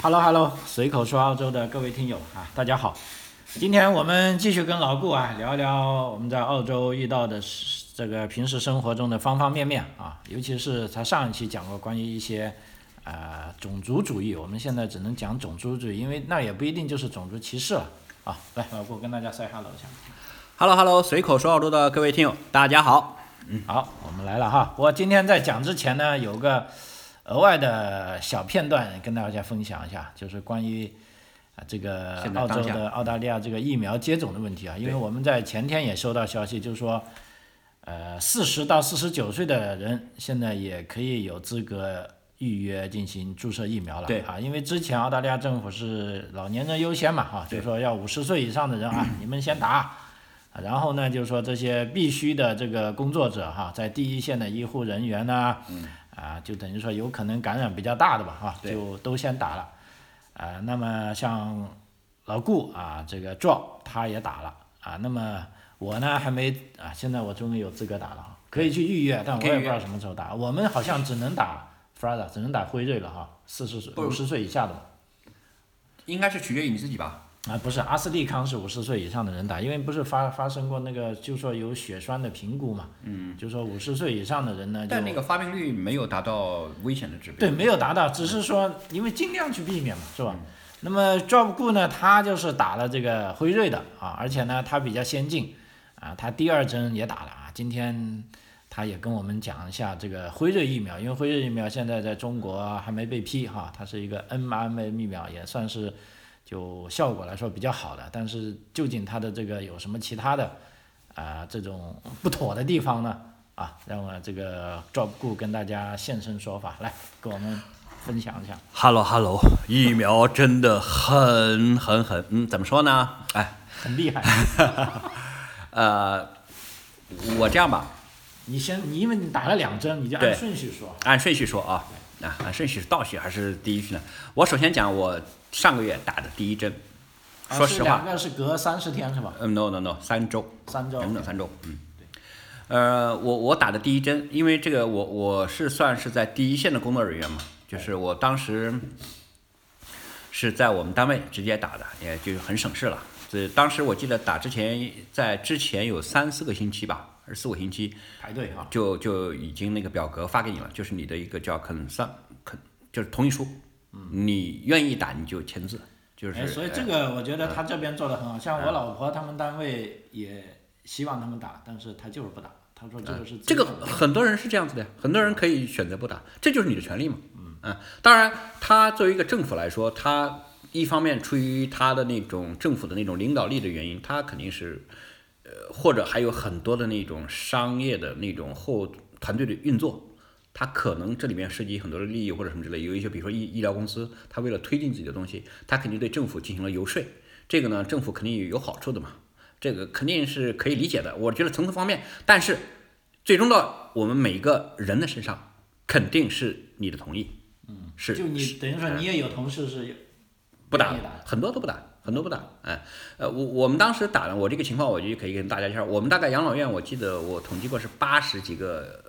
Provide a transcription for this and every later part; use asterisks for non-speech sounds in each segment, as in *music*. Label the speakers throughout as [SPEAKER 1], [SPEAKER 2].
[SPEAKER 1] Hello Hello，随口说澳洲的各位听友啊，大家好。今天我们继续跟老顾啊聊一聊我们在澳洲遇到的是这个平时生活中的方方面面啊，尤其是他上一期讲过关于一些呃种族主义，我们现在只能讲种族主义，因为那也不一定就是种族歧视了啊。来，老顾跟大家 say hello 一下。
[SPEAKER 2] Hello Hello，随口说澳洲的各位听友，大家好。
[SPEAKER 1] 嗯好，我们来了哈。我今天在讲之前呢，有个额外的小片段跟大家分享一下，就是关于啊这个
[SPEAKER 2] 现在
[SPEAKER 1] 澳洲
[SPEAKER 2] 当
[SPEAKER 1] 的澳大利亚这个疫苗接种的问题啊，因为我们在前天也收到消息，就是说，呃，四十到四十九岁的人现在也可以有资格预约进行注射疫苗了。
[SPEAKER 2] 对
[SPEAKER 1] 啊，因为之前澳大利亚政府是老年人优先嘛，哈、就
[SPEAKER 2] 对
[SPEAKER 1] 是说要五十岁以上的人
[SPEAKER 2] *clears throat*
[SPEAKER 1] 啊，你们先打。啊然后呢，就是说这些必须的这个工作者哈，在第一线的医护人员呢，啊，就等于说有可能感染比较大的吧哈，
[SPEAKER 2] 嗯对
[SPEAKER 1] 就都先打了。啊，那么像老顾啊，这个壮他也打了啊，那么我呢还没啊，现在我终于有资格打了哈，可以去预约，但我
[SPEAKER 2] 可以
[SPEAKER 1] 也
[SPEAKER 2] 预
[SPEAKER 1] 不知道
[SPEAKER 2] 约
[SPEAKER 1] 什么时候打。我们好像只能打 f r a d a 只能打辉瑞了哈，四十岁
[SPEAKER 2] 不
[SPEAKER 1] 五十岁以下的嘛。
[SPEAKER 2] 应该是取决于你自己吧？
[SPEAKER 1] 啊，不是，阿斯利康是五十岁以上的人打，因为不是发发生过那个，就说有血栓的评估嘛，嗯，就说五十岁以上的人呢，就
[SPEAKER 2] 但那个发病率没有达到危险的指标。
[SPEAKER 1] 对，没有达到，只是说因为尽量去避免嘛，是吧？那么 Job 顾呢，他就是打了这个辉瑞的啊，而且呢，他比较先进啊，他第二针也打了啊。今天他也跟我们讲一下这个辉瑞疫苗，因为辉瑞疫苗现在在中国还没被批哈、它是一个 mRNA 疫苗，也算是就效果来说比较好的，但是究竟它的这个有什么其他的啊、这种不妥的地方呢？啊，让我这个 Job 顾跟大家现身说法，来跟我们分享一下。
[SPEAKER 2] Hello Hello，疫苗真的很很很，嗯，怎么说呢？哎，
[SPEAKER 1] 很厉害。
[SPEAKER 2] 呃，我这样吧，
[SPEAKER 1] 你先，你因为你打了两针，你就按
[SPEAKER 2] 对
[SPEAKER 1] 顺序说。
[SPEAKER 2] 按顺序说啊，啊，按顺序是倒序还是第一序呢？我首先讲我上个月打的第一针，
[SPEAKER 1] 啊
[SPEAKER 2] 说
[SPEAKER 1] 是
[SPEAKER 2] 实话
[SPEAKER 1] 两，个是隔三十天是吧？
[SPEAKER 2] 嗯，no no no，三周，
[SPEAKER 1] 三周。
[SPEAKER 2] 整整三周，嗯，呃，我我打的第一针，因为这个我我是算是在第一线的工作人员嘛，
[SPEAKER 1] 哎
[SPEAKER 2] 就是我当时是在我们单位直接打的，也就很省事了。这当时我记得打之前，在之前有三四个星期吧，还是四五星期，
[SPEAKER 1] 排队啊。
[SPEAKER 2] 就就已经那个表格发给你了，就是你的一个叫 consent，con 就是同意书，你愿意打你就签字，就是。
[SPEAKER 1] 嗯
[SPEAKER 2] 哎
[SPEAKER 1] 哎，所以这个我觉得他这边做的很好，像我老婆他们单位也希望他们打，但是他就是不打，他说这个是
[SPEAKER 2] 哎这个
[SPEAKER 1] 自愿的
[SPEAKER 2] 很多人是这样子的，很多人可以选择不打，这就是你的权利嘛。嗯当然，他作为一个政府来说，他一方面出于他的那种政府的那种领导力的原因，他肯定是，呃，或者还有很多的那种商业的那种后团队的运作，他可能这里面涉及很多的利益或者什么之类，有一些比如说医医疗公司，他为了推进自己的东西，他肯定对政府进行了游说，这个呢，政府肯定有好处的嘛。这个肯定是可以理解的，我觉得层次方面，但是最终到我们每个人的身上，肯定是你的同意，嗯，是
[SPEAKER 1] 就你
[SPEAKER 2] 是
[SPEAKER 1] 等于说你也有同事是
[SPEAKER 2] 不打
[SPEAKER 1] 愿意打，
[SPEAKER 2] 很多都不打，很多不打，哎，呃，我我们当时打了，我这个情况我就可以跟大家介绍，我们大概养老院，我记得我统计过是八十几个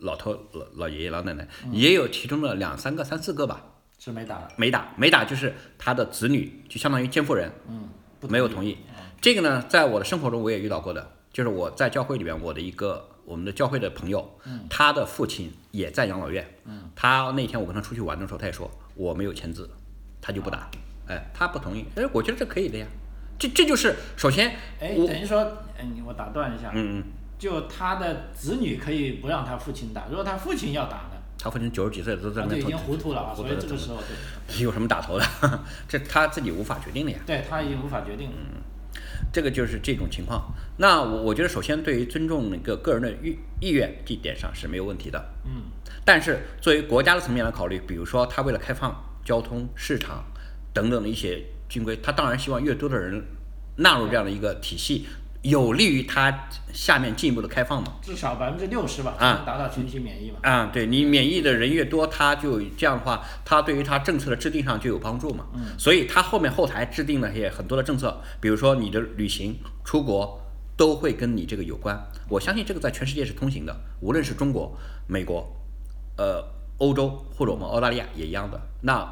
[SPEAKER 2] 老头老老爷爷老奶奶，
[SPEAKER 1] 嗯
[SPEAKER 2] 也有其中的两三个三四个吧
[SPEAKER 1] 是没打的，
[SPEAKER 2] 没打，没打就是他的子女就相当于监护人，
[SPEAKER 1] 嗯，不
[SPEAKER 2] 没有同意。这个呢，在我的生活中我也遇到过的，就是我在教会里面，我的一个我们的教会的朋友，
[SPEAKER 1] 嗯
[SPEAKER 2] 他的父亲也在养老院，他那天我跟他出去玩的时候，他也说我没有签字，他就不
[SPEAKER 1] 啊
[SPEAKER 2] 打，哎，他不同意，哎，我觉得这可以的呀，这这就是首先
[SPEAKER 1] 哎，
[SPEAKER 2] 我
[SPEAKER 1] 等于说，嗯，我打断一下，
[SPEAKER 2] 嗯，嗯，
[SPEAKER 1] 就他的子女可以不让他父亲打，如果他父亲要打呢，
[SPEAKER 2] 他父亲九十几岁了，都在
[SPEAKER 1] 他
[SPEAKER 2] 那
[SPEAKER 1] 就已
[SPEAKER 2] 边
[SPEAKER 1] 经糊涂了啊，
[SPEAKER 2] 我
[SPEAKER 1] 所以这个时候对。
[SPEAKER 2] *laughs* 有什么打头的， *laughs* 这他自己无法决定的呀。
[SPEAKER 1] 对他已经无法决定了。
[SPEAKER 2] 嗯这个就是这种情况。那我我觉得，首先对于尊重一个个人的意意愿这一点上是没有问题的。
[SPEAKER 1] 嗯。
[SPEAKER 2] 但是作为国家的层面来考虑，比如说他为了开放交通、市场等等的一些军规，他当然希望越多的人纳入这样的一个体系，有利于他下面进一步的开放嘛。
[SPEAKER 1] 至少百分之六十吧，才
[SPEAKER 2] 啊
[SPEAKER 1] 能达到群体免疫嘛。
[SPEAKER 2] 啊，对你免疫的人越多，他就这样的话，他对于他政策的制定上就有帮助嘛。嗯，所以他后面后台制定了也很多的政策，比如说你的旅行、出国都会跟你这个有关。我相信这个在全世界是通行的，无论是中国、美国、呃欧洲或者我们澳大利亚也一样的。那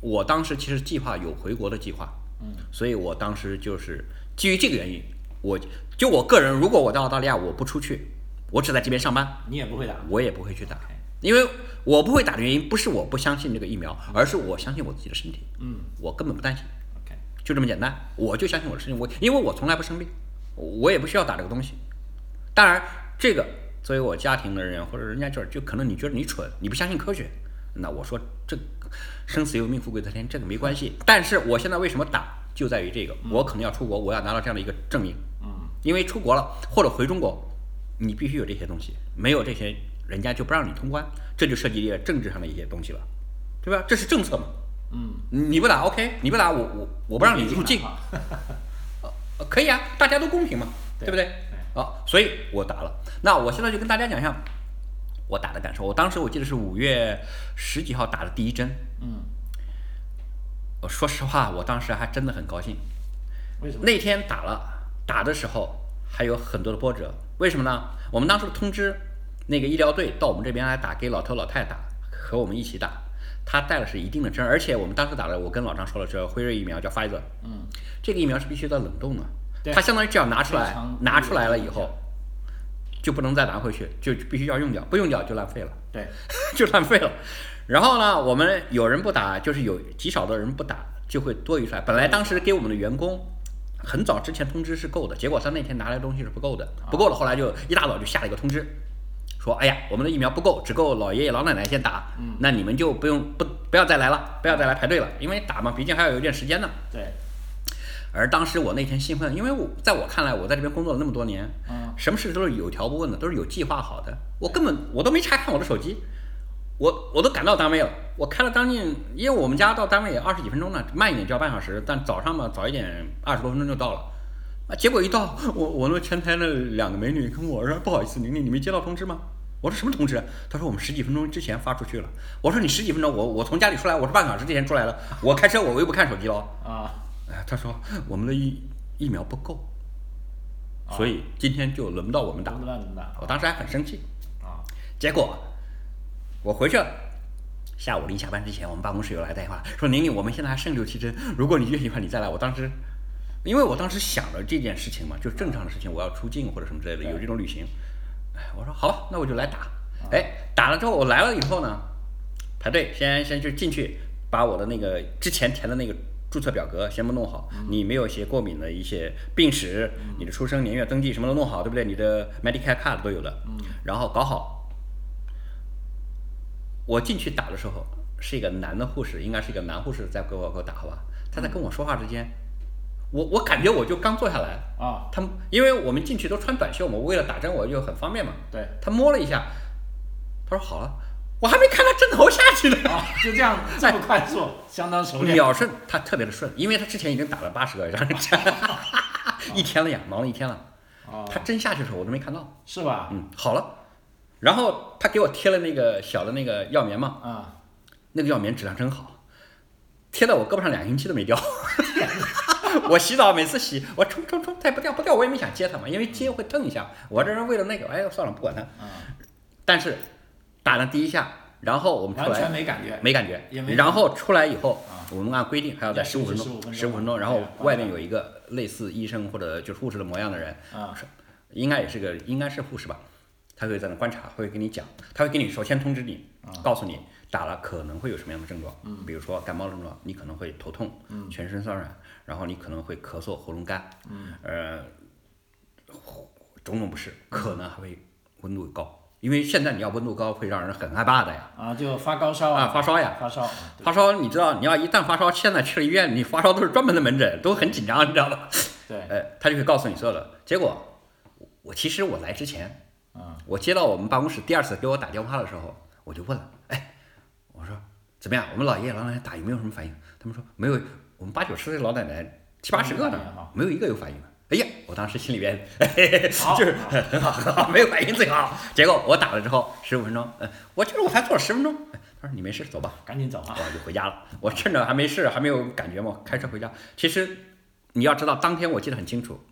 [SPEAKER 2] 我当时其实计划有回国的计划，嗯，所以我当时就是基于这个原因，我就我个人，如果我到澳大利亚我不出去，我只在这边上班，
[SPEAKER 1] 你也不会打。
[SPEAKER 2] 我也不会去打，因为我不会打的原因不是我不相信这个疫苗，而是我相信我自己的身体，
[SPEAKER 1] 嗯
[SPEAKER 2] 我根本不担心，
[SPEAKER 1] ，OK，
[SPEAKER 2] 就这么简单。我就相信我的身体，我因为我从来不生病，我我也不需要打这个东西。当然，这个作为我家庭的人或者人家就是，就可能你觉得你蠢，你不相信科学，那我说这生死由命，富贵在天，这个没关系。但是我现在为什么打，就在于这个，我可能要出国，我要拿到这样的一个证明。
[SPEAKER 1] 嗯，
[SPEAKER 2] 因为出国了或者回中国，你必须有这些东西，没有这些，人家就不让你通关，这就涉及了政治上的一些东西了，对吧？这是政策嘛。
[SPEAKER 1] 嗯，
[SPEAKER 2] 你你不打 OK，你不打我我我不让你入境，
[SPEAKER 1] 啊
[SPEAKER 2] 呃可以啊，大家都公平嘛，
[SPEAKER 1] 对
[SPEAKER 2] 对不对？啊，所以我打了。那我现在就跟大家讲一下我打的感受。我当时我记得是五月十几号打的第一针，
[SPEAKER 1] 嗯，
[SPEAKER 2] 我说实话，我当时还真的很高兴。
[SPEAKER 1] 为什么？
[SPEAKER 2] 那天打了，打的时候还有很多的波折，为什么呢？我们当时通知那个医疗队到我们这边来打，给老头老太太打，和我们一起打。他带的是一定的针，而且我们当时打的，我跟老张说了，这辉瑞疫苗叫 Pfizer，
[SPEAKER 1] 嗯，
[SPEAKER 2] 这个疫苗是必须在冷冻的
[SPEAKER 1] 对，
[SPEAKER 2] 它相当于只要拿出
[SPEAKER 1] 非
[SPEAKER 2] 来
[SPEAKER 1] 常，
[SPEAKER 2] 拿出来了以后，就不能再拿回去，就必须要用掉，不用掉就浪费了。
[SPEAKER 1] 对，
[SPEAKER 2] *laughs* 就浪费了。然后呢，我们有人不打，就是有极少的人不打，就会多余出来。本来当时给我们的员工很早之前通知是够的，结果他那天拿来的东西是不够的，不够了，后来就一大早就下了一个通知，说哎呀，我们的疫苗不够，只够老爷爷老奶奶先打，那你们就不用不不要再来了，不要再来排队了，因为打嘛，毕竟还要有一点时间呢。
[SPEAKER 1] 对，
[SPEAKER 2] 而当时我那天兴奋，因为我在我看来，我在这边工作了那么多年，
[SPEAKER 1] 嗯，
[SPEAKER 2] 什么事都是有条不紊的，都是有计划好的。我根本我都没查看我的手机，我我都赶到单位了。我开了将近，因为我们家到单位也二十几分钟呢，慢一点就要半小时，但早上嘛早一点二十多分钟就到了。啊，结果一到，我我那前台那两个美女跟我说不好意思，玲玲，你没接到通知吗？我说什么通知？啊她说我们十几分钟之前发出去了。我说你十几分钟，我我从家里出来，我是半小时之前出来了。我开车我又不看手机了。
[SPEAKER 1] 啊，
[SPEAKER 2] 哎，他说我们的疫疫苗不够，所以今天就轮不到我们打
[SPEAKER 1] 打不
[SPEAKER 2] 了。
[SPEAKER 1] 啊乱怎么打
[SPEAKER 2] 我当时还很生气，
[SPEAKER 1] 啊？
[SPEAKER 2] 结果我回去了。下午临下班之前，我们办公室有来电话说：“宁宁，我们现在还剩六七针，如果你愿意的话，你再来。”我当时，因为我当时想着这件事情嘛，就是正常的事情，我要出境或者什么之类的，
[SPEAKER 1] 对
[SPEAKER 2] 有这种旅行。哎，我说好吧，那我就来打。哎，打了之后，我来了以后呢，排队先先就进去，把我的那个之前填的那个注册表格全部弄好。你没有一些过敏的一些病史，你的出生年月登记什么都弄好，对不对？你的 Medicare card 都有的，然后搞好。我进去打的时候，是一个男的护士，应该是一个男护士在给我给我打，好吧？他在跟我说话之间，我我感觉我就刚坐下来，
[SPEAKER 1] 啊，
[SPEAKER 2] 他们因为我们进去都穿短袖嘛，为了打针我就很方便嘛。
[SPEAKER 1] 对，
[SPEAKER 2] 他摸了一下，他说好了，我还没看他针头下去呢。
[SPEAKER 1] 啊，就这
[SPEAKER 2] *laughs*
[SPEAKER 1] 样这么快速，相当熟练。
[SPEAKER 2] 秒顺，他特别的顺，因为他之前已经打了八十个，让人家一天了呀，忙了一天了。
[SPEAKER 1] 哦，
[SPEAKER 2] 他针下去的时候我都没看到，
[SPEAKER 1] 是吧？
[SPEAKER 2] 嗯，好了。然后他给我贴了那个小的那个药棉嘛，
[SPEAKER 1] 啊，
[SPEAKER 2] 那个药棉质量真好，贴到我胳膊上两星期都没掉。 *laughs* 我洗澡每次洗，我冲冲冲，它也不掉不掉，我也没想接它嘛，因为接会蹭一下。我这人为了那个，哎，算了，不管它。
[SPEAKER 1] 嗯，
[SPEAKER 2] 但是打了第一下，然后我们出
[SPEAKER 1] 完全
[SPEAKER 2] 来
[SPEAKER 1] 没感觉。
[SPEAKER 2] 没感觉
[SPEAKER 1] 也没，
[SPEAKER 2] 然后出来以后
[SPEAKER 1] 啊，
[SPEAKER 2] 我们按规定还要在
[SPEAKER 1] 要
[SPEAKER 2] 十
[SPEAKER 1] 休息15分钟
[SPEAKER 2] 五分钟，十五分钟，然
[SPEAKER 1] 对
[SPEAKER 2] 后
[SPEAKER 1] 啊
[SPEAKER 2] 外面有一个类似医生或者就是护士的模样的人，
[SPEAKER 1] 啊，
[SPEAKER 2] 应该也是个应该是护士吧，他会在那观察，会跟你讲，他会给你首先通知你，告诉你打了可能会有什么样的症状，比如说感冒症状，你可能会头痛，全身酸软，然后你可能会咳嗽、喉咙干，呃，种种不适，可能还会温度高。因为现在你要温度高会让人很害怕的呀，
[SPEAKER 1] 啊，就发高烧
[SPEAKER 2] 啊，
[SPEAKER 1] 啊，
[SPEAKER 2] 发烧呀，
[SPEAKER 1] 发烧。
[SPEAKER 2] 发烧，你知道，你要一旦发烧，现在去了医院，你发烧都是专门的门诊，都很紧张，你知道吧？
[SPEAKER 1] 对，
[SPEAKER 2] 呃，他就会告诉你所有的。结果，我我其实我来之前，
[SPEAKER 1] 嗯，
[SPEAKER 2] 我接到我们办公室第二次给我打电话的时候，我就问了，哎，我说怎么样？我们老爷爷老奶奶打有没有什么反应？他们说没有，我们八九十岁老奶奶七八十个呢
[SPEAKER 1] 没有反应啊，
[SPEAKER 2] 没有一个有反应的。哎呀，我当时心里边
[SPEAKER 1] 好，
[SPEAKER 2] *laughs* 就是很好，很 *laughs* 好，没有反应最好。结果我打了之后，十五分钟，呃，我觉得我才做了十分钟。哎他说你没事，走吧。
[SPEAKER 1] 赶紧走啊。
[SPEAKER 2] 我就回家了。我趁着还没事，还没有感觉嘛，开车回家。其实你要知道，当天我记得很清楚，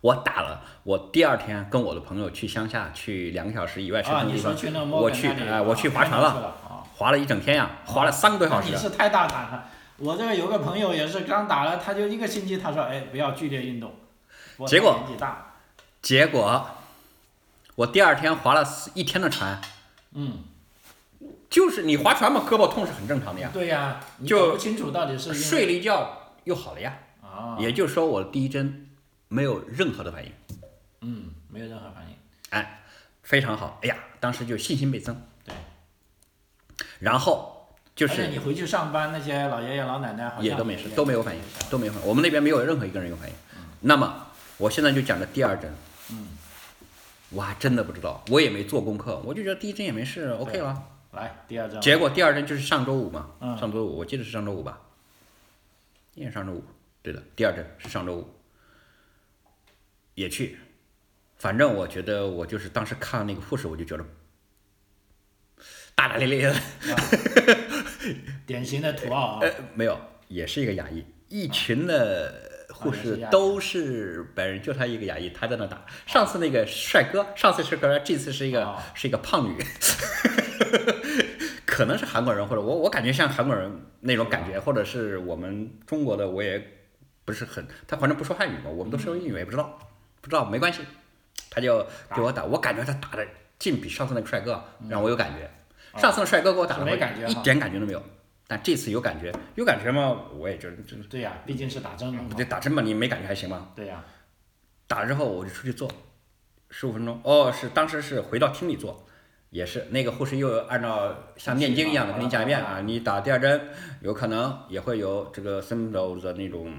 [SPEAKER 2] 我打了，我第二天跟我的朋友去乡下，去两个小时以外车
[SPEAKER 1] 啊，
[SPEAKER 2] 程的
[SPEAKER 1] 你
[SPEAKER 2] 地方，
[SPEAKER 1] 说去那摩
[SPEAKER 2] 我
[SPEAKER 1] 根
[SPEAKER 2] 去，
[SPEAKER 1] 那里
[SPEAKER 2] 哎、我去划船了。
[SPEAKER 1] 了。啊，
[SPEAKER 2] 划了一整天呀、划了三个多小时
[SPEAKER 1] 你
[SPEAKER 2] 啊。
[SPEAKER 1] 是太大胆了。我这个有个朋友也是刚打了，他就一个星期，他说：“哎，不要剧烈运动。我
[SPEAKER 2] 结果
[SPEAKER 1] 年纪大，
[SPEAKER 2] 结果我第二天划了一天的船，
[SPEAKER 1] 嗯，
[SPEAKER 2] 就是你划船嘛，胳膊痛是很正常的呀。
[SPEAKER 1] 对呀、你
[SPEAKER 2] 就
[SPEAKER 1] 搞不清楚到底是因为
[SPEAKER 2] 睡了一觉又好了呀。
[SPEAKER 1] 啊，
[SPEAKER 2] 也就是说，我第一针没有任何的反应，
[SPEAKER 1] 嗯，没有任何反应。
[SPEAKER 2] 哎，非常好。哎呀，当时就信心倍增。
[SPEAKER 1] 对，
[SPEAKER 2] 然后就
[SPEAKER 1] 而且
[SPEAKER 2] 是
[SPEAKER 1] 你回去上班，那些老爷爷老奶奶好像
[SPEAKER 2] 也都没事，都没有反应
[SPEAKER 1] 没有，
[SPEAKER 2] 都没有反应。我们那边没有任何一个人有反应。那么我现在就讲的第二针，
[SPEAKER 1] 嗯，
[SPEAKER 2] 我还真的不知道，我也没做功课，我就觉得第一针也没事，OK 了。
[SPEAKER 1] 来第二张，
[SPEAKER 2] 结果第二针就是上周五嘛，
[SPEAKER 1] 嗯
[SPEAKER 2] 上周五我记得是上周五吧，应该是上周五，对的，第二针是上周五，也去，反正我觉得我就是当时看那个护士，我就觉得大大咧咧的，
[SPEAKER 1] 典型的土澳啊，
[SPEAKER 2] 呃，没有，也是一个亚裔，一群的护
[SPEAKER 1] 啊也是
[SPEAKER 2] 士
[SPEAKER 1] 亚裔
[SPEAKER 2] 都是白人，就他一个亚裔，他在那打。上次那个帅哥，上次是个，这次是一个、
[SPEAKER 1] 啊
[SPEAKER 2] 是一个胖女， *laughs* 可能是韩国人，或者我我感觉像韩国人那种感觉，或者是我们中国的，我也不是很，他反正不说汉语嘛，我们
[SPEAKER 1] 嗯
[SPEAKER 2] 都说英语，也不知道，不知道没关系，他就
[SPEAKER 1] 啊
[SPEAKER 2] 给我打，我感觉他打的劲比上次那个帅哥让我有感觉，上次那帅哥给我打
[SPEAKER 1] 嗯
[SPEAKER 2] 的
[SPEAKER 1] 啊是没感觉哈
[SPEAKER 2] 一点感觉都没有。但这次有感觉，有感觉吗？我也就是，就是
[SPEAKER 1] 对呀、毕竟是打针了
[SPEAKER 2] 不
[SPEAKER 1] 嘛，
[SPEAKER 2] 对，打针吧，你没感觉还行吧？
[SPEAKER 1] 对呀、
[SPEAKER 2] 打了之后我就出去做，十五分钟。哦，是当时是回到厅里做，也是那个护士又按照像念经一样的跟你讲一遍啊，你打第二针有可能也会有这个 symptoms 的那种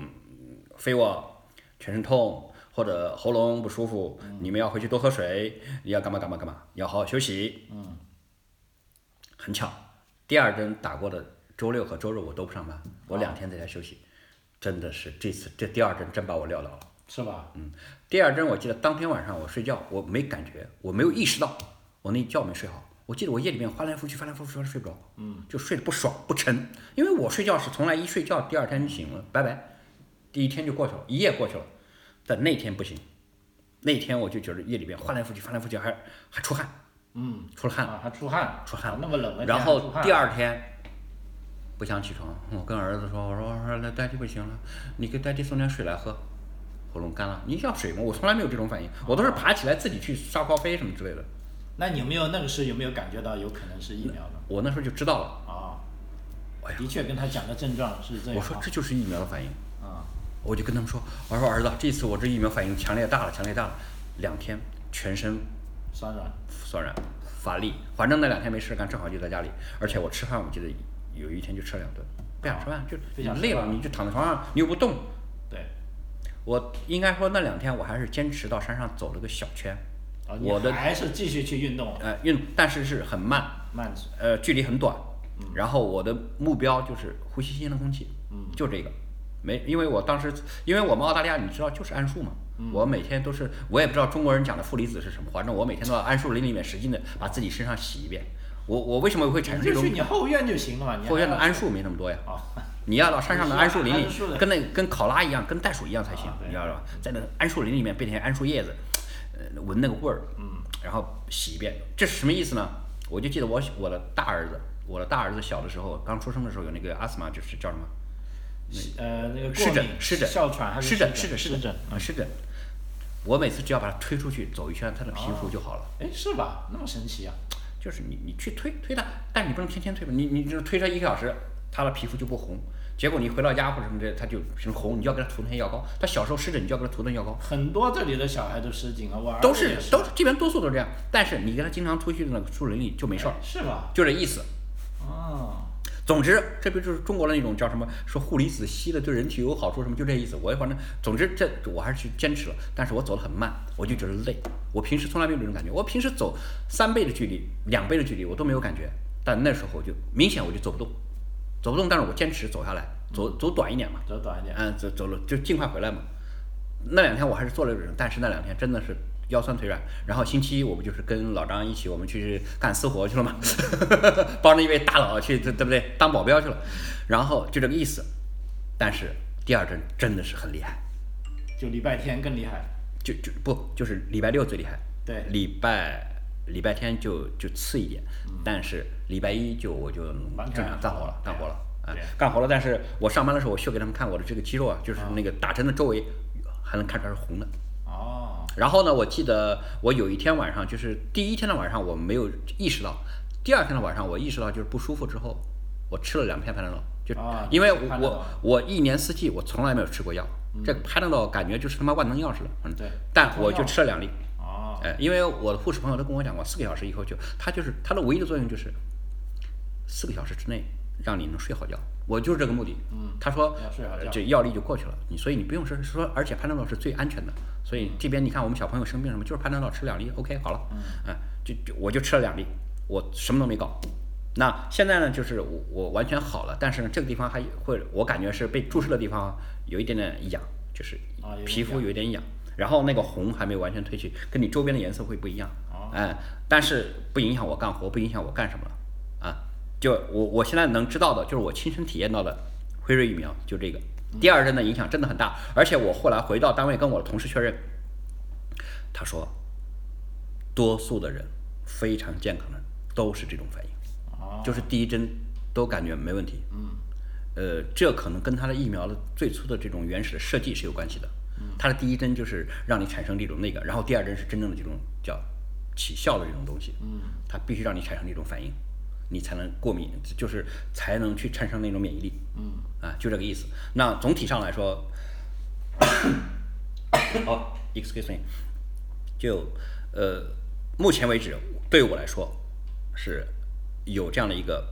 [SPEAKER 2] 飞我，全身痛或者喉咙不舒服，你们要回去多喝水，你要干嘛干嘛干嘛，要好好休息。嗯，很巧，第二针打过的周六和周日我都不上班，我两天在家休息，真的是这次这第二针真把我撂倒了。
[SPEAKER 1] 是吧？
[SPEAKER 2] 第二针我记得当天晚上我睡觉我没感觉，我没有意识到我那一觉没睡好。我记得我夜里面翻来覆去翻来覆去翻来覆去睡不着，嗯，就睡得不爽不沉，因为我睡觉是从来一睡觉第二天就醒了，拜拜，第一天就过去了，一夜过去了。但那天不行，那天我就觉得夜里面翻来覆去翻来覆去还还出汗，
[SPEAKER 1] 嗯，
[SPEAKER 2] 出了汗，
[SPEAKER 1] 啊，还出汗，
[SPEAKER 2] 出汗
[SPEAKER 1] 啊那么冷的天
[SPEAKER 2] 然
[SPEAKER 1] 还出
[SPEAKER 2] 后
[SPEAKER 1] 汗
[SPEAKER 2] 第二天不想起床，我跟儿子说：“我说我说那daddy 不行了，你给 daddy 送点水来喝，喉咙干了。你要水吗？我从来没有这种反应，我都是爬起来自己去烧咖啡什么之类的。
[SPEAKER 1] 那你有没有那个时候有没有感觉到有可能是疫苗呢？
[SPEAKER 2] 我那时候就知道了，
[SPEAKER 1] 啊，
[SPEAKER 2] 哎呀
[SPEAKER 1] 的确跟他讲的症状是这样
[SPEAKER 2] 我
[SPEAKER 1] 啊。
[SPEAKER 2] 说这就是疫苗的反应。
[SPEAKER 1] 啊，
[SPEAKER 2] 我就跟他们说，我说儿子，这次我这疫苗反应强烈大了，强烈大了，两天全身
[SPEAKER 1] 酸软，
[SPEAKER 2] 酸软乏力，反正那两天没事干，正好就在家里，而且我吃饭我记得有一天就吃了两顿，不想吃饭就
[SPEAKER 1] 不想吃
[SPEAKER 2] 累了你就躺在床上你又不动。
[SPEAKER 1] 对，
[SPEAKER 2] 我应该说那两天我还是坚持到山上走了个小圈，
[SPEAKER 1] 啊，
[SPEAKER 2] 我
[SPEAKER 1] 你
[SPEAKER 2] 的
[SPEAKER 1] 还是继续去运动，
[SPEAKER 2] 呃运，但是是很慢，
[SPEAKER 1] 慢走，
[SPEAKER 2] 呃距离很短。
[SPEAKER 1] 嗯
[SPEAKER 2] 然后我的目标就是呼吸新鲜的空气，就这个，没因为我当时因为我们澳大利亚你知道就是桉树嘛，
[SPEAKER 1] 嗯
[SPEAKER 2] 我每天都是我也不知道中国人讲的负离子是什么，反正我每天都要桉树林里面使劲的把自己身上洗一遍。我我为什么会产
[SPEAKER 1] 你
[SPEAKER 2] 生这
[SPEAKER 1] 就去
[SPEAKER 2] 种
[SPEAKER 1] 你后院就行了嘛，你还
[SPEAKER 2] 哎后院的哎
[SPEAKER 1] 要
[SPEAKER 2] 桉树没那么多呀？ *laughs*
[SPEAKER 1] 啊，
[SPEAKER 2] 你要到山上的桉树林里
[SPEAKER 1] 桉树的，
[SPEAKER 2] 跟那跟考拉一样，跟袋鼠一样才行
[SPEAKER 1] 啊，对
[SPEAKER 2] 你知道吧？在那个桉树林里面变成桉树叶子，呃，闻那个味儿，嗯，然后洗一遍，这是什么意思呢？我就记得我我的大儿子，我的大儿子小的时候刚出生的时候有那个阿斯玛，就是叫什么？
[SPEAKER 1] 呃，那个过
[SPEAKER 2] 湿疹
[SPEAKER 1] 敏、
[SPEAKER 2] 湿疹、
[SPEAKER 1] 哮喘还
[SPEAKER 2] 湿
[SPEAKER 1] 是
[SPEAKER 2] 疹、
[SPEAKER 1] 湿
[SPEAKER 2] 湿疹、
[SPEAKER 1] 湿疹
[SPEAKER 2] 疹，啊，湿疹。我每次只要把它推出去走一圈，它的皮肤就好了。
[SPEAKER 1] 哎，是吧？那么神奇啊？
[SPEAKER 2] 就是你你去推推它，但是你不能天天推吧，你你就是推它一个小时，它的皮肤就不红。结果你回到家或者什么的，它就什么红，你就要给它涂那些药膏。它小时候湿疹，你就要给它涂那药膏，
[SPEAKER 1] 很多这里的小孩都湿疹了，我儿子
[SPEAKER 2] 都
[SPEAKER 1] 也
[SPEAKER 2] 是
[SPEAKER 1] 是
[SPEAKER 2] 都是基本上多数都是这样。但是你给它经常推去那个树林里就没事儿，
[SPEAKER 1] 是吧？
[SPEAKER 2] 就这意思。
[SPEAKER 1] 啊，
[SPEAKER 2] 总之，这不就是中国的那种叫什么说负离子吸了对人体有好处什么，就这意思。我反正总之这我还是去坚持了，但是我走得很慢，我就觉得累。我平时从来没有这种感觉，我平时走三倍的距离、两倍的距离我都没有感觉，但那时候我就明显我就走不动，走不动，但是我坚持走下来，走走短一点嘛，
[SPEAKER 1] 走短一点，
[SPEAKER 2] 嗯，走走了就尽快回来嘛。那两天我还是做了这种，但是那两天真的是腰酸腿软。然后星期一我不就是跟老张一起我们去干私活去了嘛， *laughs* 帮着一位大佬去，对对不对？当保镖去了，然后就这个意思。但是第二针真的是很厉害，
[SPEAKER 1] 就礼拜天更厉害，
[SPEAKER 2] 就就不就是礼拜六最厉害，
[SPEAKER 1] 对，
[SPEAKER 2] 礼拜礼拜天就就次一点，
[SPEAKER 1] 嗯
[SPEAKER 2] 但是礼拜一就我就嗯
[SPEAKER 1] 完全
[SPEAKER 2] 正常干活了，
[SPEAKER 1] 干
[SPEAKER 2] 干
[SPEAKER 1] 活
[SPEAKER 2] 活
[SPEAKER 1] 了
[SPEAKER 2] 了，哎
[SPEAKER 1] 对，
[SPEAKER 2] 干活了。但是我上班的时候，我秀给他们看我的这个肌肉啊，就是那个打针的周围还能看出来是红的。
[SPEAKER 1] 哦，
[SPEAKER 2] 然后呢，我记得我有一天晚上，就是第一天的晚上我没有意识到，第二天的晚上我意识到就是不舒服之后，我吃了两片潘德诺，就、
[SPEAKER 1] 啊
[SPEAKER 2] 因为我
[SPEAKER 1] 吃潘德诺嗯
[SPEAKER 2] 我我一年四季我从来没有吃过药，这个潘德诺感觉就是他妈万能药似的，嗯，
[SPEAKER 1] 对
[SPEAKER 2] 但我就吃了两粒，
[SPEAKER 1] 哦，
[SPEAKER 2] 哎，因为我的护士朋友都跟我讲过，四个小时以后就它就是它的唯一的作用就是四个小时之内让你能睡好觉，我就是这个目的。
[SPEAKER 1] 嗯
[SPEAKER 2] 他说
[SPEAKER 1] 要睡好
[SPEAKER 2] 呃
[SPEAKER 1] 觉
[SPEAKER 2] 这药力就过去了，你所以你不用吃，说而且潘德诺是最安全的，所
[SPEAKER 1] 嗯
[SPEAKER 2] 以这边你看我们小朋友生病什么，就是潘德诺吃两粒，OK 好了，嗯，就就我就吃了两粒，我什么都没搞。那现在呢，就是我我完全好了，但是呢，这个地方还会，我感觉是被注射的地方有一点点痒，就是
[SPEAKER 1] 啊有点
[SPEAKER 2] 皮肤有一点痒，然后那个红还没完全褪去，跟你周边的颜色会不一样。
[SPEAKER 1] 哦
[SPEAKER 2] 哎，但是不影响我干活，不影响我干什么了啊？就我我现在能知道的，就是我亲身体验到的辉瑞疫苗，就这个
[SPEAKER 1] 嗯
[SPEAKER 2] 第二针的影响真的很大。而且我后来回到单位跟我的同事确认，他说，多数的人非常健康的人都是这种反应。
[SPEAKER 1] 哦，
[SPEAKER 2] 就是第一针都感觉没问题。嗯，呃，这可能跟它的疫苗的最初的这种原始的设计是有关系的。它的第一针就是让你产生这种那个，然后第二针是真正的这种叫起效的这种东西。嗯，它必须让你产生这种反应，你才能过敏，就是才能去产生那种免疫力。嗯，啊，就这个意思。那总体上来说，哦，excuse me，就呃，目前为止对我来说是有这样的一个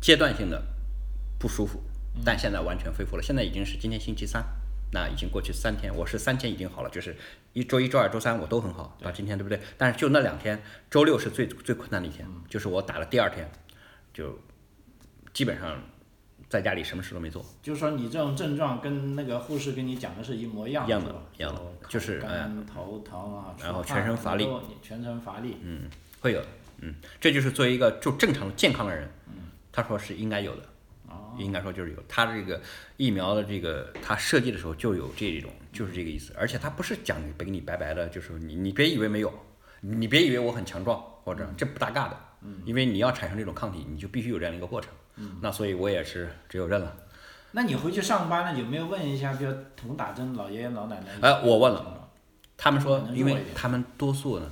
[SPEAKER 2] 阶段性的不舒服，但现在完全恢复了。现在已经是今天星期三，那已经过去三天，我是三天已经好了，就是一周一、周二、周三我都很好，到今天对不对？但是就那两天，周六是最最困难的一天，就是我打了第二天，就基本上在家里什么事都没做。
[SPEAKER 1] 就是说你这种症状跟那个护士跟你讲的是一模一样
[SPEAKER 2] 一样的
[SPEAKER 1] 是吧
[SPEAKER 2] 一样的
[SPEAKER 1] 我靠
[SPEAKER 2] 就是
[SPEAKER 1] 干
[SPEAKER 2] 嗯
[SPEAKER 1] 头疼啊，
[SPEAKER 2] 然后
[SPEAKER 1] 出汗
[SPEAKER 2] 全身乏力，
[SPEAKER 1] 然后你全身乏力，
[SPEAKER 2] 嗯，会有的，嗯，这就是作为一个就正常的健康的人，他说是应该有的，
[SPEAKER 1] 啊
[SPEAKER 2] 应该说就是有，他这个疫苗的这个他设计的时候就有这种，就是这个意思，而且他不是讲给你白白的，就是你你别以为没有，你别以为我很强壮或
[SPEAKER 1] 嗯
[SPEAKER 2] 者这不搭嘎的，因为你要产生这种抗体，你就必须有这样的一个过程，
[SPEAKER 1] 嗯
[SPEAKER 2] 那所以我也是只有认了。
[SPEAKER 1] 那你回去上班了有没有问一下，比如同打针老爷爷老奶奶？
[SPEAKER 2] 哎我问了，他们
[SPEAKER 1] 可
[SPEAKER 2] 说，
[SPEAKER 1] 能
[SPEAKER 2] 因
[SPEAKER 1] 弱
[SPEAKER 2] 为
[SPEAKER 1] 一点
[SPEAKER 2] 他们多数呢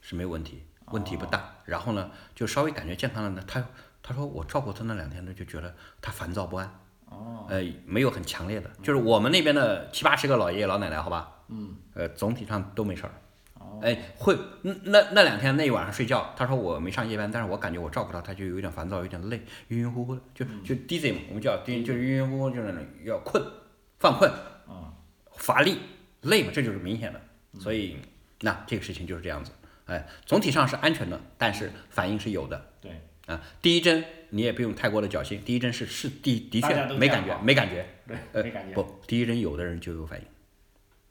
[SPEAKER 2] 是没有问题，问题不
[SPEAKER 1] 哦
[SPEAKER 2] 大。然后呢，就稍微感觉健康了呢，他他说我照顾他那两天呢，就觉得他烦躁不安。哦。呃，没有很强烈的，
[SPEAKER 1] 嗯
[SPEAKER 2] 就是我们那边的七八十个老爷爷老奶奶，好吧。嗯。呃，总体上都没事儿。
[SPEAKER 1] 哦。
[SPEAKER 2] 哎，会，嗯那那两天那一晚上睡觉，他说我没上夜班，但是我感觉我照顾他，他就有点烦躁，有点累，晕晕乎乎的，就
[SPEAKER 1] 嗯
[SPEAKER 2] 就 dizzy 嘛，我们叫 dizzy，就是晕晕乎乎，就是那种要困，犯困，
[SPEAKER 1] 哦
[SPEAKER 2] 乏力、累嘛，这就是明显的。
[SPEAKER 1] 嗯
[SPEAKER 2] 所以，那这个事情就是这样子。哎，总体上是安全的，但是反应是有的
[SPEAKER 1] 对，
[SPEAKER 2] 啊。第一针你也不用太过的侥幸，第一针是是的的
[SPEAKER 1] 大家
[SPEAKER 2] 确
[SPEAKER 1] 都
[SPEAKER 2] 没
[SPEAKER 1] 这样
[SPEAKER 2] 感觉
[SPEAKER 1] 嘛，
[SPEAKER 2] 没感觉，
[SPEAKER 1] 对，
[SPEAKER 2] 呃
[SPEAKER 1] 没感觉。
[SPEAKER 2] 不，第一针有的人就有反应，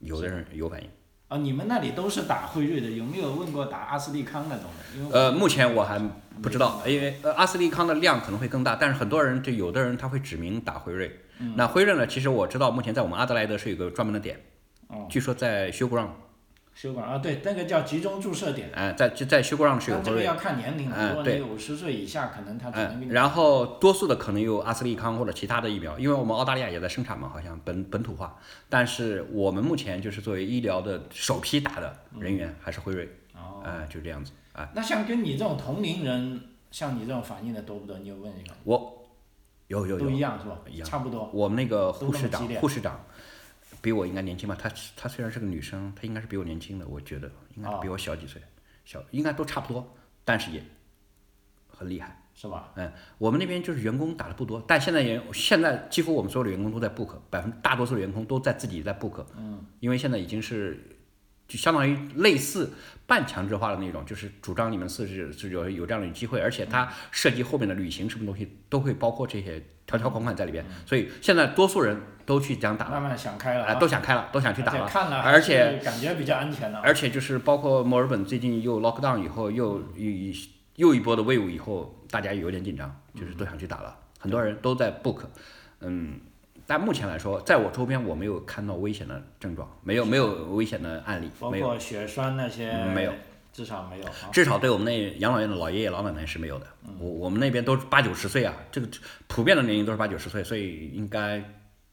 [SPEAKER 2] 有的人有反应。
[SPEAKER 1] 啊，你们那里都是打辉瑞的，有没有问过打阿斯利康那种的？因为
[SPEAKER 2] 呃，目前我还不知道，因为呃阿斯利康的量可能会更大，但是很多人就有的人他会指明打辉瑞。
[SPEAKER 1] 嗯
[SPEAKER 2] 那辉瑞呢，其实我知道目前在我们阿德莱德是有个专门的点，
[SPEAKER 1] 哦
[SPEAKER 2] 据说在休格让，
[SPEAKER 1] 血管啊，对，那个叫集中注射点，
[SPEAKER 2] 哎、在就在休格让是有
[SPEAKER 1] 但
[SPEAKER 2] 辉
[SPEAKER 1] 这个
[SPEAKER 2] 瑞。
[SPEAKER 1] 要看年龄
[SPEAKER 2] 嗯
[SPEAKER 1] 了。如果
[SPEAKER 2] 对
[SPEAKER 1] 你五十岁以下，可能他只能给
[SPEAKER 2] 嗯，
[SPEAKER 1] 你。
[SPEAKER 2] 然后多数的可能有阿斯利康或者其他的疫苗，因为我们澳大利亚也在生产嘛，好像本本土化。但是我们目前就是作为医疗的首批打的人员还是辉瑞，
[SPEAKER 1] 嗯哦，
[SPEAKER 2] 哎，就这样子啊。
[SPEAKER 1] 那像跟你这种同龄人，像你这种反应的多不多？你有问一个？
[SPEAKER 2] 我有有
[SPEAKER 1] 都一
[SPEAKER 2] 有，
[SPEAKER 1] 样是吧？
[SPEAKER 2] 一样
[SPEAKER 1] 差不多。
[SPEAKER 2] 我们那个
[SPEAKER 1] 都
[SPEAKER 2] 护
[SPEAKER 1] 那
[SPEAKER 2] 士
[SPEAKER 1] 么激
[SPEAKER 2] 长，
[SPEAKER 1] 烈
[SPEAKER 2] 护士长比我应该年轻吧？她她虽然是个女生，她应该是比我年轻的，我觉得应该是比我小几岁，小应该都差不多，但是也很厉害。
[SPEAKER 1] 是吧？
[SPEAKER 2] 嗯，我们那边就是员工打的不多，但现在也现在几乎我们所有的员工都在 book，百分大多数的员工都在自己在 book。嗯，因为现在已经是就相当于类似半强制化的那种，就是主张你们四十是有有这样的机会，而且它涉及后面的旅行什么东西都会包括这些条条款款在里边，所以现在多数人都去这样打了，
[SPEAKER 1] 慢慢想开了、啊
[SPEAKER 2] 哎，都想开了，都想去打
[SPEAKER 1] 而
[SPEAKER 2] 了
[SPEAKER 1] 且，看了，
[SPEAKER 2] 而且
[SPEAKER 1] 感觉比较安全了、
[SPEAKER 2] 而且就是包括墨尔本最近又 lock down 以后，又又又一波的 wave 以后，大家有点紧张，就是都想去打了，很多人都在 book，嗯，但目前来说，在我周边我没有看到危险的症状，没有没有危险的案例，
[SPEAKER 1] 包
[SPEAKER 2] 没有，
[SPEAKER 1] 括血栓那些，
[SPEAKER 2] 嗯没有，
[SPEAKER 1] 至少没有啊。
[SPEAKER 2] 至少对我们那养老院的老爷爷老奶奶是没有的。我我们那边都是八九十岁啊，这个普遍的年龄都是八九十岁，所以应该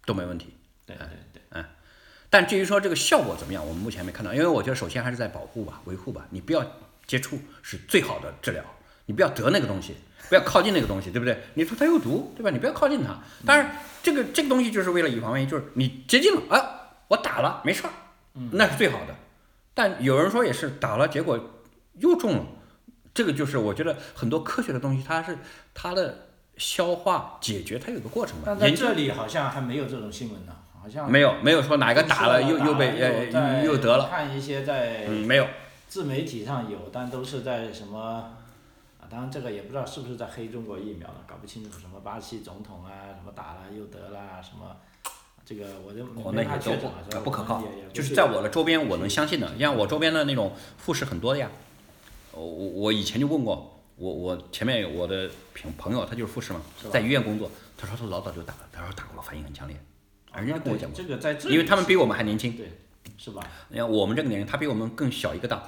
[SPEAKER 2] 都没问题。
[SPEAKER 1] 对对对，
[SPEAKER 2] 但至于说这个效果怎么样，我们目前没看到，因为我觉得首先还是在保护吧、维护吧，你不要接触是最好的治疗，你不要得那个东西，不要靠近那个东西，对不对？你说它有毒，对吧？你不要靠近它。当然，这个这个东西就是为了以防万一，就是你接近了，啊，我打了没事儿，那是最好的。但有人说也是打了，结果又中了，这个就是我觉得很多科学的东西，它是它的消化解决它有个过程的
[SPEAKER 1] 但，在
[SPEAKER 2] 研究
[SPEAKER 1] 这里好像还没有这种新闻呢，好像
[SPEAKER 2] 没有没有说哪个打了又
[SPEAKER 1] 又
[SPEAKER 2] 又被呃又得了。
[SPEAKER 1] 看一些在
[SPEAKER 2] 嗯，没有，
[SPEAKER 1] 自媒体上有，但都是在什么啊？当然这个也不知道是不是在黑中国疫苗呢，搞不清楚。什么巴西总统啊，什么打了又得啦，什么这个我就
[SPEAKER 2] 国
[SPEAKER 1] 没
[SPEAKER 2] 内
[SPEAKER 1] 法
[SPEAKER 2] 哦也
[SPEAKER 1] 确
[SPEAKER 2] 都
[SPEAKER 1] 诊了，是吧
[SPEAKER 2] 不可靠
[SPEAKER 1] 我们也也，不
[SPEAKER 2] 就是在我的周边我能相信的，像我周边的那种护士很多的呀。我我我以前就问过，我我前面有我的朋朋友他就是护士嘛
[SPEAKER 1] 是吧，
[SPEAKER 2] 在医院工作，他说他老早就打了，他说打过了反应很强烈，人家跟我
[SPEAKER 1] 哦啊对
[SPEAKER 2] 讲过，
[SPEAKER 1] 这个在这里
[SPEAKER 2] 因为他们比我们还年轻，
[SPEAKER 1] 对是吧？
[SPEAKER 2] 你看我们这个年龄，他比我们更小一个档，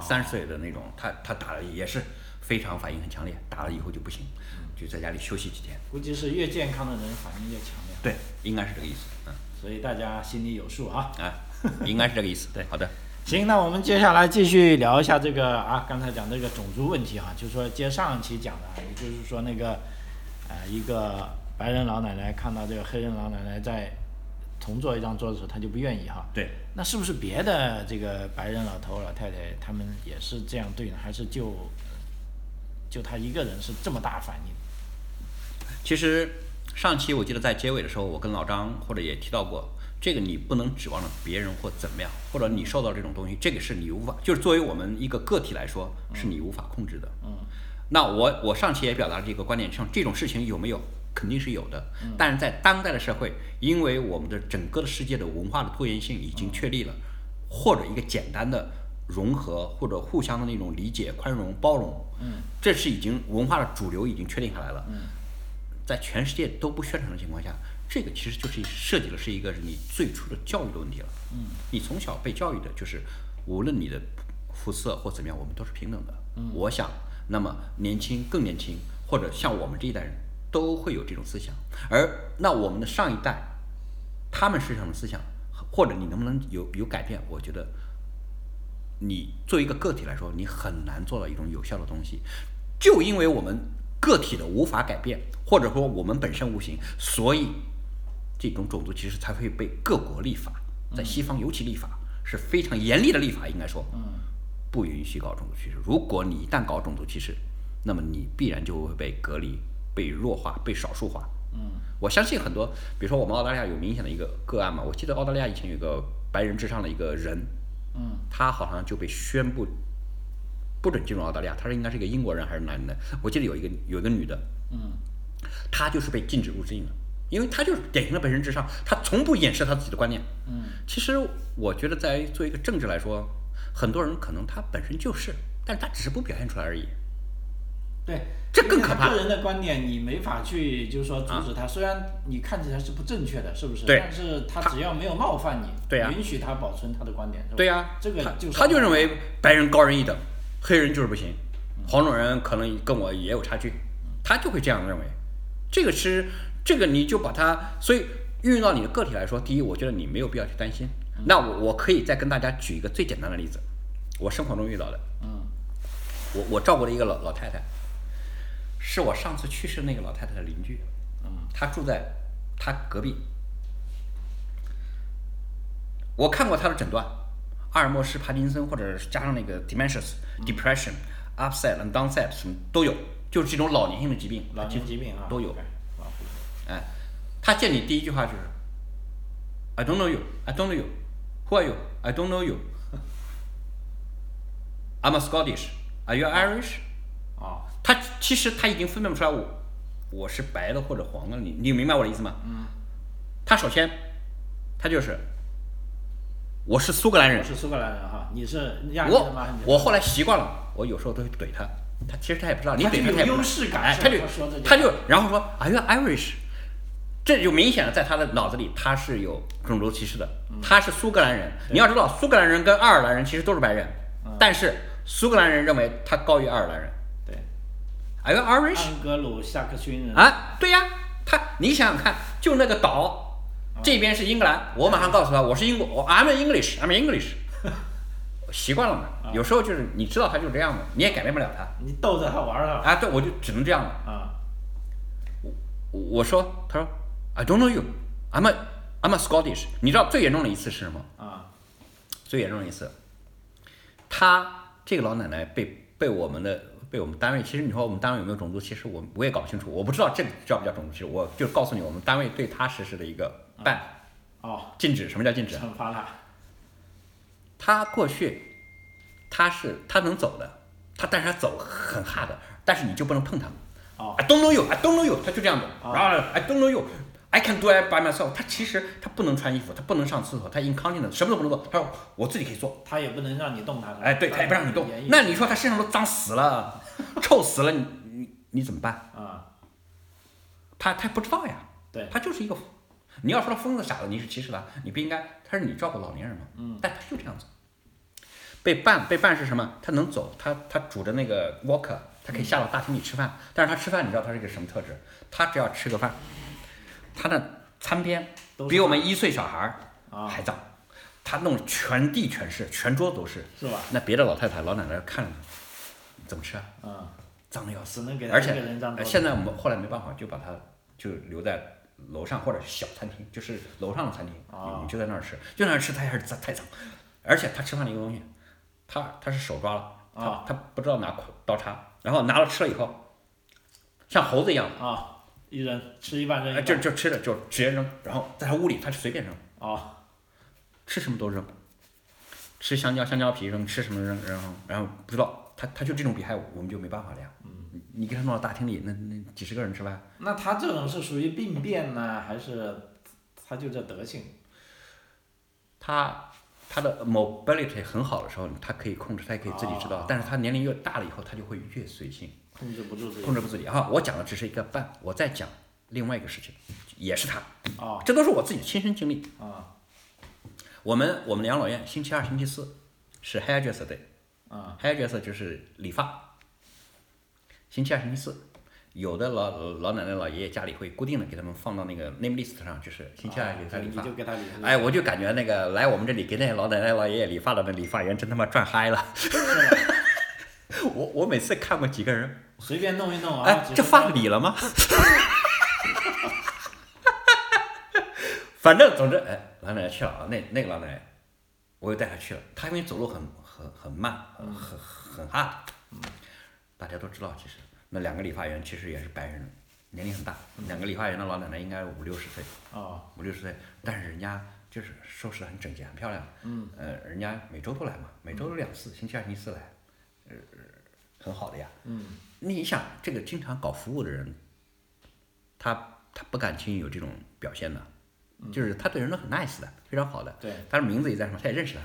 [SPEAKER 2] 三十岁的那种，他他打了也是非常反应很强烈，打了以后就不行，就在家里休息几天，
[SPEAKER 1] 估计是越健康的人反应越强烈，
[SPEAKER 2] 对，应该是这个意思，嗯
[SPEAKER 1] 所以大家心里有数啊。
[SPEAKER 2] 啊，应该是这个
[SPEAKER 1] *laughs*
[SPEAKER 2] 意思，对，好的。
[SPEAKER 1] 行，那我们接下来继续聊一下这个啊，刚才讲这个种族问题哈、就是说接上一期讲的啊，也就是说那个，呃，一个白人老奶奶看到这个黑人老奶奶在同坐一张桌子的时候，她就不愿意哈、
[SPEAKER 2] 对，
[SPEAKER 1] 那是不是别的这个白人老头老太太他们也是这样对呢？还是就就她一个人是这么大反应？
[SPEAKER 2] 其实上期我记得在结尾的时候，我跟老张或者也提到过，这个你不能指望着别人或怎么样，或者你受到这种东西，这个是你无法，就是作为我们一个个体来说，是你无法控制的。
[SPEAKER 1] 嗯，
[SPEAKER 2] 那我我上期也表达了这个观点，像这种事情有没有？肯定是有的，
[SPEAKER 1] 嗯
[SPEAKER 2] 但是在当代的社会，因为我们的整个的世界的文化的多元性已
[SPEAKER 1] 嗯
[SPEAKER 2] 经确立了，或者一个简单的融合或者互相的那种理解、宽容、包容，
[SPEAKER 1] 嗯，
[SPEAKER 2] 这是已经文化的主流已经确定下来了。
[SPEAKER 1] 嗯，
[SPEAKER 2] 在全世界都不宣传的情况下，这个其实就是涉及的是一个你最初的教育的问题了。
[SPEAKER 1] 嗯，
[SPEAKER 2] 你从小被教育的就是，无论你的肤色或怎么样，我们都是平等的。嗯，我想，那么年轻更年轻，或者像我们这一代人都会有这种思想，而那我们的上一代，他们是什么思想，或者你能不能有有改变？我觉得你作为一个个体来说，你很难做到一种有效的东西，就因为我们个体的无法改变，或者说我们本身无形，所以这种种族歧视才会被各国立法，
[SPEAKER 1] 嗯
[SPEAKER 2] 在西方尤其立法是非常严厉的立法，应该说，
[SPEAKER 1] 嗯
[SPEAKER 2] 不允许搞种族歧视。如果你一旦搞种族歧视，那么你必然就会被隔离、被弱化、被少数化。
[SPEAKER 1] 嗯，
[SPEAKER 2] 我相信很多，比如说我们澳大利亚有明显的一个个案嘛，我记得澳大利亚以前有个白人至上的一个人，
[SPEAKER 1] 嗯，
[SPEAKER 2] 他好像就被宣布不准进入澳大利亚，他是应该是一个英国人还是男的？我记得有一个有一个女的，
[SPEAKER 1] 嗯，
[SPEAKER 2] 她就是被禁止入境了，因为她就是典型的白人至上，她从不掩饰她自己的观念。
[SPEAKER 1] 嗯，
[SPEAKER 2] 其实我觉得在作为一个政治来说，很多人可能他本身就是，但是他只是不表现出来而已。
[SPEAKER 1] 对，
[SPEAKER 2] 这
[SPEAKER 1] 因
[SPEAKER 2] 更
[SPEAKER 1] 为
[SPEAKER 2] 可
[SPEAKER 1] 他
[SPEAKER 2] 怕啊
[SPEAKER 1] 个人的观点你没法去，就是说阻止他。虽然你看起来是不正确的，是不是？
[SPEAKER 2] 对
[SPEAKER 1] 但是他只要没有冒犯你，
[SPEAKER 2] 对呀
[SPEAKER 1] 允许他保存他的观点，是吧
[SPEAKER 2] 对啊呀、
[SPEAKER 1] 这个
[SPEAKER 2] 他
[SPEAKER 1] 就是嗯
[SPEAKER 2] 他就认为白人高人一等，黑人就是不行，黄种人可能跟我也有差距，
[SPEAKER 1] 嗯
[SPEAKER 2] 他就会这样认为。这个是这个你就把它，所以运用到你的个体来说，第一，我觉得你没有必要去担心。
[SPEAKER 1] 嗯
[SPEAKER 2] 那我我可以再跟大家举一个最简单的例子，我生活中遇到的，
[SPEAKER 1] 嗯
[SPEAKER 2] 我我照顾了一个老老太太，是我上次去世那个老太太的邻居，
[SPEAKER 1] 嗯
[SPEAKER 2] 她住在她隔壁。我看过她的诊断，阿尔默氏、帕金森，或者是加上那个 dementia、depression、upset and downset 什么都有，就是这种老年性的疾病，
[SPEAKER 1] 老年疾病啊
[SPEAKER 2] 都有。
[SPEAKER 1] 对老年疾病
[SPEAKER 2] 哎，他见你第一句话就是，I don't know you, I don't know you, who are you, I don't know you. I'm a Scottish, are you Irish?
[SPEAKER 1] 哦，
[SPEAKER 2] 他其实他已经分辨不出来我我是白的或者黄的，你你明白我的意思吗？嗯。他首先，他就是，我是苏格兰人
[SPEAKER 1] 我，是苏格兰人哈，你是亚裔的
[SPEAKER 2] 我
[SPEAKER 1] 吗？
[SPEAKER 2] 我后来习惯了，我有时候都会怼他，他其实他也不知道，你
[SPEAKER 1] 他就
[SPEAKER 2] 怼他他也
[SPEAKER 1] 有优
[SPEAKER 2] 不知道
[SPEAKER 1] 势感
[SPEAKER 2] 哎
[SPEAKER 1] 是吧
[SPEAKER 2] 他就
[SPEAKER 1] 他说这句话
[SPEAKER 2] 他就然后说 Are you Irish？这就明显的在他的脑子里他是有
[SPEAKER 1] 嗯
[SPEAKER 2] 种
[SPEAKER 1] 嗯
[SPEAKER 2] 族歧视的，他是苏格兰人。你要知道，苏格兰人跟爱尔兰人其实都是白人，但是苏格兰人认为他高于爱尔兰人
[SPEAKER 1] 对，
[SPEAKER 2] ，Are you Irish？
[SPEAKER 1] 安格鲁萨克逊人，
[SPEAKER 2] 啊，对呀，他你想想看，就那个岛，这边是英格兰，我马上告诉他我是英国，我 I'm English，I'm English，习惯了嘛。有时候就是你知道他就是这样嘛，你也改变不了他。
[SPEAKER 1] 你逗着他玩儿
[SPEAKER 2] 啊，对，我就只能这样了。
[SPEAKER 1] 他啊，
[SPEAKER 2] 我我说，他说，I don't know you，I'm a I'm a Scottish。你知道最严重的一次是什么？
[SPEAKER 1] 啊，
[SPEAKER 2] 最严重的一次，她这个老奶奶被被我们的被我们单位，其实你说我们单位有没有种族歧视，我我也搞不清楚，我不知道这个叫不叫种族歧视，我就告诉你，我们单位对她实施了一个 ban
[SPEAKER 1] 哦，
[SPEAKER 2] 禁止，什么叫禁止啊？
[SPEAKER 1] 惩罚他，
[SPEAKER 2] 她过去，她是她能走的，她但是她走很哈的，但是你就不能碰她。
[SPEAKER 1] 哦
[SPEAKER 2] I don't know you, I don't know you，她就这样子，
[SPEAKER 1] 哦
[SPEAKER 2] 然后 I don't know you。I can do it by myself。她其实她不能穿衣服，她不能上厕所，她 incontinent，什么都不能做。她说我自己可以做，
[SPEAKER 1] 他也不能让你动他，
[SPEAKER 2] 哎，对，他也不让你动。那你说他身上都脏死了， *laughs* 臭死了，你你你怎么办？
[SPEAKER 1] 啊，
[SPEAKER 2] 他他不知道呀，
[SPEAKER 1] 对，
[SPEAKER 2] 他就是一个，你要说他疯子傻子，你是歧视他，你不应该。他是你照顾老年人嘛，嗯，但他就这样子。被办被办是什么？他能走，他他拄着那个 walker，他可以下到大厅里吃饭。但是他吃饭，你知道他是一个什么特质？他只要吃个饭，他的餐边
[SPEAKER 1] 都是
[SPEAKER 2] 比我们一岁小孩儿
[SPEAKER 1] 啊
[SPEAKER 2] 还脏，他弄得全地全是，全桌都是。
[SPEAKER 1] 是吧？
[SPEAKER 2] 那别的老太太、老奶奶看着你，怎么吃啊？
[SPEAKER 1] 嗯，
[SPEAKER 2] 脏的要死。
[SPEAKER 1] 只能给他
[SPEAKER 2] 而
[SPEAKER 1] 一个
[SPEAKER 2] 且
[SPEAKER 1] 人让
[SPEAKER 2] 呃现在我们后来没办法，就把它就留在楼上或者是小餐厅，就是楼上的餐厅，
[SPEAKER 1] 哦
[SPEAKER 2] 你你就在那儿吃，就在那儿吃，它还是脏太脏。而且他吃饭的一个东西，他他是手抓了，他、
[SPEAKER 1] 哦
[SPEAKER 2] 他不知道拿刀叉，然后拿了吃了以后，像猴子一样，
[SPEAKER 1] 啊，一人吃一半扔一
[SPEAKER 2] 呃
[SPEAKER 1] 半，
[SPEAKER 2] 就就吃着就直接扔，然后在他屋里他是随便扔，
[SPEAKER 1] 哦，
[SPEAKER 2] 吃什么都扔，吃香蕉香蕉皮扔，吃什么扔扔，然后不知道他他就这种比害，我们就没办法了呀。嗯，你给他弄到大厅里，那那几十个人吃饭，
[SPEAKER 1] 那他这种是属于病变呢，还是他就这德性？
[SPEAKER 2] 他他的 mobility 很好的时候，他可以控制，他也可以自己知道，
[SPEAKER 1] 哦
[SPEAKER 2] 但是他年龄越大了以后，他就会越随性，
[SPEAKER 1] 控制不住自己
[SPEAKER 2] 控制不自己哈。我讲的只是一个半，我再讲另外一个事情，也是他，
[SPEAKER 1] 哦
[SPEAKER 2] 这都是我自己亲身经历。
[SPEAKER 1] 啊
[SPEAKER 2] 我们我们养老院星期二、星期四是 hairdresser day。
[SPEAKER 1] 啊
[SPEAKER 2] hairdresser 就是理发，星期二、星期四，有的老老奶奶、老爷爷家里会固定的给他们放到那个 name list 上，就是星期二给他
[SPEAKER 1] 啊
[SPEAKER 2] 理
[SPEAKER 1] 你
[SPEAKER 2] 发
[SPEAKER 1] 就。给他理发，
[SPEAKER 2] 哎，我就感觉那个来我们这里给那些老奶奶、老爷爷理发的那理发员真他妈赚嗨了。 *laughs*
[SPEAKER 1] 啊
[SPEAKER 2] 我我每次看过几个人，
[SPEAKER 1] 随便弄一弄啊
[SPEAKER 2] 哎，，
[SPEAKER 1] 几
[SPEAKER 2] 这
[SPEAKER 1] 分
[SPEAKER 2] 发
[SPEAKER 1] 钟
[SPEAKER 2] 理了吗？ *laughs* 反正总之，哎，老奶奶去了啊，那那个老奶奶，我又带她去了。她因为走路很很很慢，很很很 hard。大家都知道，其实那两个理发员其实也是白人，年龄很大。两个理发员的老奶奶应该五六十岁，
[SPEAKER 1] 哦
[SPEAKER 2] 五六十岁，但是人家就是收拾的很整洁，很漂亮。嗯。呃，人家每周都来嘛，每周都两次，星期二、星期四来，呃，很好的呀。
[SPEAKER 1] 嗯
[SPEAKER 2] 你想，这个经常搞服务的人，他他不敢轻易有这种表现的，就是他对人都很 nice 的，非常好的。
[SPEAKER 1] 对，
[SPEAKER 2] 他的名字也在上面，他也认识他。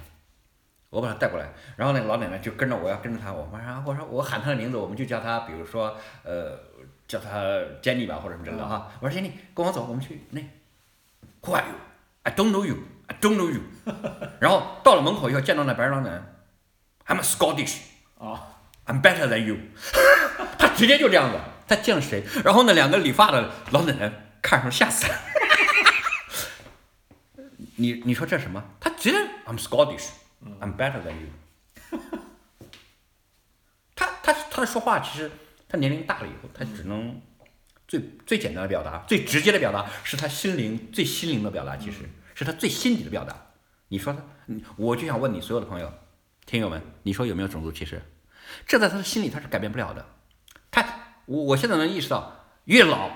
[SPEAKER 2] 我把他带过来，然后那个老奶奶就跟着我要跟着他，我马上我说我喊他的名字，我们就叫他，比如说呃叫他 Jenny 吧或者什么之类的哈。我说 Jenny，跟我走，我们去那。Who are you? I don't know you. I don't know you. 然后到了门口以后，见到那白人老奶奶，I'm a Scottish.
[SPEAKER 1] 哦
[SPEAKER 2] I'm better than you 。 *laughs* 他直接就这样子，他见了谁？然后那两个理发的老奶奶看上吓死了。 *laughs* 你你说这什么？他直接 I'm Scottish, I'm better than you *laughs* 他。他他说话其实他年龄大了以后，他只能最最简单的表达，最直接的表达是他心灵最心灵的表达，其实是他最心底的表达。你说他，你我就想问你所有的朋友、听友们，你说有没有种族歧视？这在他的心里他是改变不了的。他，我我现在能意识到，越老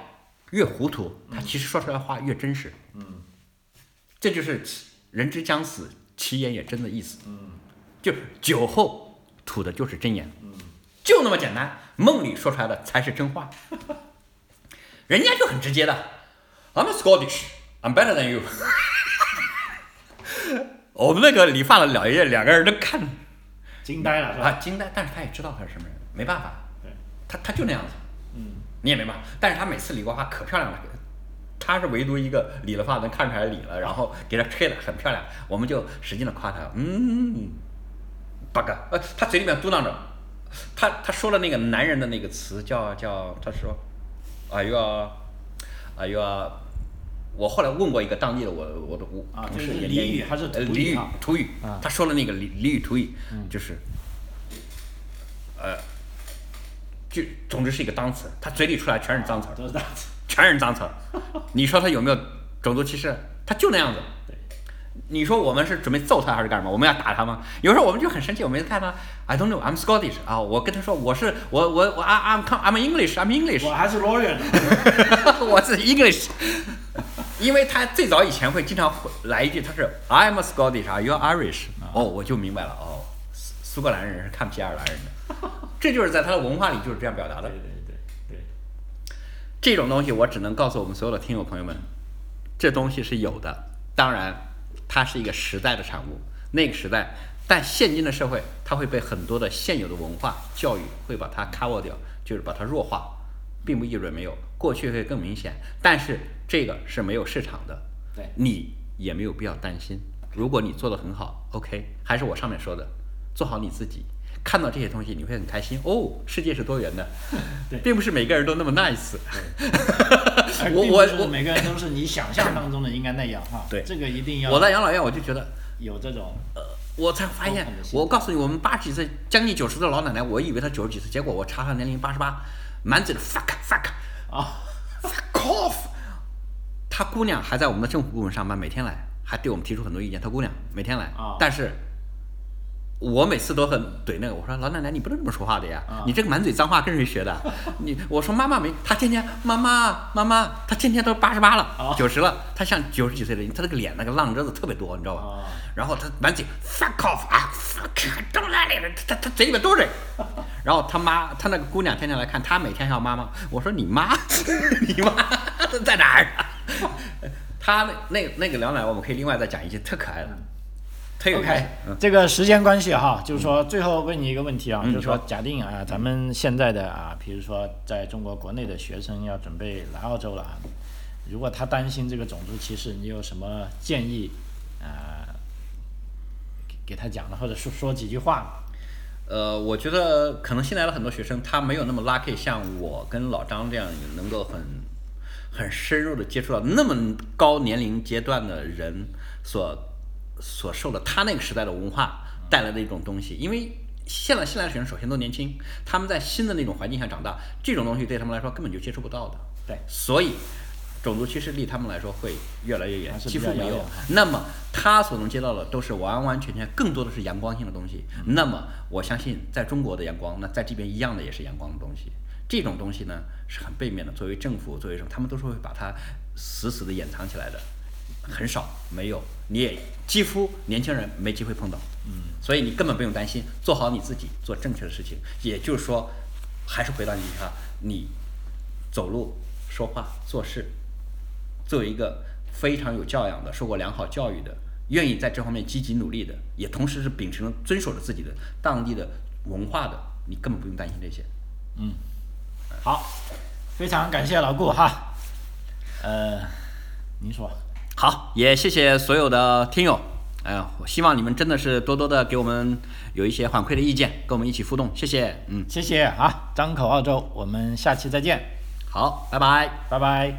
[SPEAKER 2] 越糊涂，他其实说出来话越真实。嗯，这就是其人之将死，其言也真的意思。嗯，就酒后吐的就是真言。嗯，就那么简单，梦里说出来的才是真 *laughs* 话。人家就很直接的，I'm a Scottish, I'm better than you 。我们那个理发的老爷爷两个人都看着
[SPEAKER 1] 惊呆了是吧？
[SPEAKER 2] 啊，惊呆，但是他也知道他是什么人，没办法，
[SPEAKER 1] 对，
[SPEAKER 2] 他他就那样子，
[SPEAKER 1] 嗯
[SPEAKER 2] 你也没办法。但是他每次理过发可漂亮了，他是唯独一个理了发能看出来理了，然后给他吹了，很漂亮，我们就使劲的夸他，嗯，八嘎，呃，他嘴里面嘟囔着，他他说了那个男人的那个词叫叫，他说，哎呀，哎呀，我后来问过一个当地的我我的我
[SPEAKER 1] 啊
[SPEAKER 2] 同事
[SPEAKER 1] 这是
[SPEAKER 2] 也
[SPEAKER 1] 俚
[SPEAKER 2] 也
[SPEAKER 1] 语还是
[SPEAKER 2] 呃
[SPEAKER 1] 土
[SPEAKER 2] 俚
[SPEAKER 1] 语
[SPEAKER 2] 语
[SPEAKER 1] 啊
[SPEAKER 2] 土语
[SPEAKER 1] 啊，嗯
[SPEAKER 2] 他说了那个俚俚语土语，就是，呃，就总之是一个脏词，他嘴里出来全是脏词儿，
[SPEAKER 1] 都是大词。
[SPEAKER 2] 全是脏词儿，你说他有没有种族歧视？他就那样子。你说我们是准备揍他还是干什么？我们要打他吗？有时候我们就很生气，我们就看他，I don't know, I'm Scottish 啊，我跟他说我是我我我 I I'm come I'm English, I'm English，
[SPEAKER 1] 我还是 lawyer 呢
[SPEAKER 2] *laughs* 我是 English，因为他最早以前会经常会来一句，他是 I'm a Scottish, are you Irish？哦，我就明白了，哦，苏苏格兰人是看不起爱尔兰人的，这就是在他的文化里就是这样表达的
[SPEAKER 1] 对。对对对，
[SPEAKER 2] 这种东西我只能告诉我们所有的听友朋友们，这东西是有的。当然，它是一个时代的产物，那个时代，但现今的社会，它会被很多的现有的文化教育会把它 cover 掉，就是把它弱化，并不意味着没有。过去会更明显，但是这个是没有市场的，
[SPEAKER 1] 对
[SPEAKER 2] 你也没有必要担心。如果你做得很好，OK，还是我上面说的，做好你自己。看到这些东西，你会很开心哦。世界是多元的
[SPEAKER 1] 对，
[SPEAKER 2] 并不是每个人都那么 nice。
[SPEAKER 1] 而
[SPEAKER 2] 哎我
[SPEAKER 1] 哎并
[SPEAKER 2] 我
[SPEAKER 1] 不是
[SPEAKER 2] 我
[SPEAKER 1] 每个人都是你想象当中的应该那样哈。
[SPEAKER 2] 对
[SPEAKER 1] 这个一定要
[SPEAKER 2] 我在养老院，我就觉得，
[SPEAKER 1] 有这种
[SPEAKER 2] 呃，我才发现
[SPEAKER 1] 我看得，清
[SPEAKER 2] 我告诉你，我们八十几岁、将近九十的老奶奶，我以为她九十几岁，结果我查她年龄八十八，满嘴的 fuck fuck
[SPEAKER 1] 啊，
[SPEAKER 2] fuck off。她姑娘还在我们的政府部门上班，每天来，还对我们提出很多意见。她姑娘每天来，
[SPEAKER 1] 啊
[SPEAKER 2] 但是。我每次都很怼那个，我说老奶奶你不能这么说话的呀，
[SPEAKER 1] 啊
[SPEAKER 2] 你这个满嘴脏话跟谁
[SPEAKER 1] *laughs*
[SPEAKER 2] 学的？你我说妈妈没，她天天妈妈妈妈，她天天都八十八了
[SPEAKER 1] 啊，
[SPEAKER 2] 九十了，她像九十几岁的人，她那个脸那个浪褶子特别多，你知道吧？
[SPEAKER 1] 啊
[SPEAKER 2] 然后他满嘴 fuck off 啊，fuck 都来了，他他嘴里面都是。然后他妈，他那个姑娘天天来看，他每天要妈妈。我说你妈， *laughs* 你妈在哪儿啊？他那那那个梁奶，我们可以另外再讲一些特可爱的，
[SPEAKER 1] 嗯
[SPEAKER 2] 特有
[SPEAKER 1] OK，
[SPEAKER 2] 爱。嗯，
[SPEAKER 1] 这个时间关系哈，就是说最后问你一个问题啊，
[SPEAKER 2] 嗯
[SPEAKER 1] 就是说
[SPEAKER 2] 你
[SPEAKER 1] 假定啊，咱们现在的啊，比如说在中国国内的学生要准备来澳洲了啊，如果他担心这个种族歧视，你有什么建议啊、呃给给他讲的，或者说说几句话吧？
[SPEAKER 2] 呃，我觉得可能新来了很多学生，他没有那么 lucky，像我跟老张这样能够很很深入的接触到那么高年龄阶段的人所所受的他那个时代的文化带来的一种东西，因为。现在新来的学生首先都年轻，他们在新的那种环境下长大，这种东西对他们来说根本就接触不到的。
[SPEAKER 1] 对，
[SPEAKER 2] 所以种族歧视离他们来说会越来越远，
[SPEAKER 1] 还是
[SPEAKER 2] 几
[SPEAKER 1] 比
[SPEAKER 2] 乎
[SPEAKER 1] 较
[SPEAKER 2] 没
[SPEAKER 1] 遥
[SPEAKER 2] 有
[SPEAKER 1] 远哈。
[SPEAKER 2] 那么他所能接到的都是完完全全，更多的是阳光性的东西。那么我相信，在中国的阳光，那在这边一样的也是阳光的东西。这种东西呢是很背面的，作为政府，作为什么，他们都是会把它死死的掩藏起来的，很少没有，你也几乎年轻人没机会碰到。嗯，所以你根本不用担心，做好你自己，做正确的事情。也就是说，还是回到你哈，你走路、说话、做事，作为一个非常有教养的、受过良好教育的、愿意在这方面积极努力的，也同时是秉承了遵守着自己的当地的文化的，你根本不用担心这些。
[SPEAKER 1] 好，非常感谢老顾哈，呃，您说，
[SPEAKER 2] 好，也谢谢所有的听友，哎、呀，我希望你们真的是多多的给我们有一些反馈的意见，跟我们一起互动，谢谢，嗯，
[SPEAKER 1] 谢谢啊，张口澳洲，我们下期再见，
[SPEAKER 2] 好，拜拜。
[SPEAKER 1] 拜拜。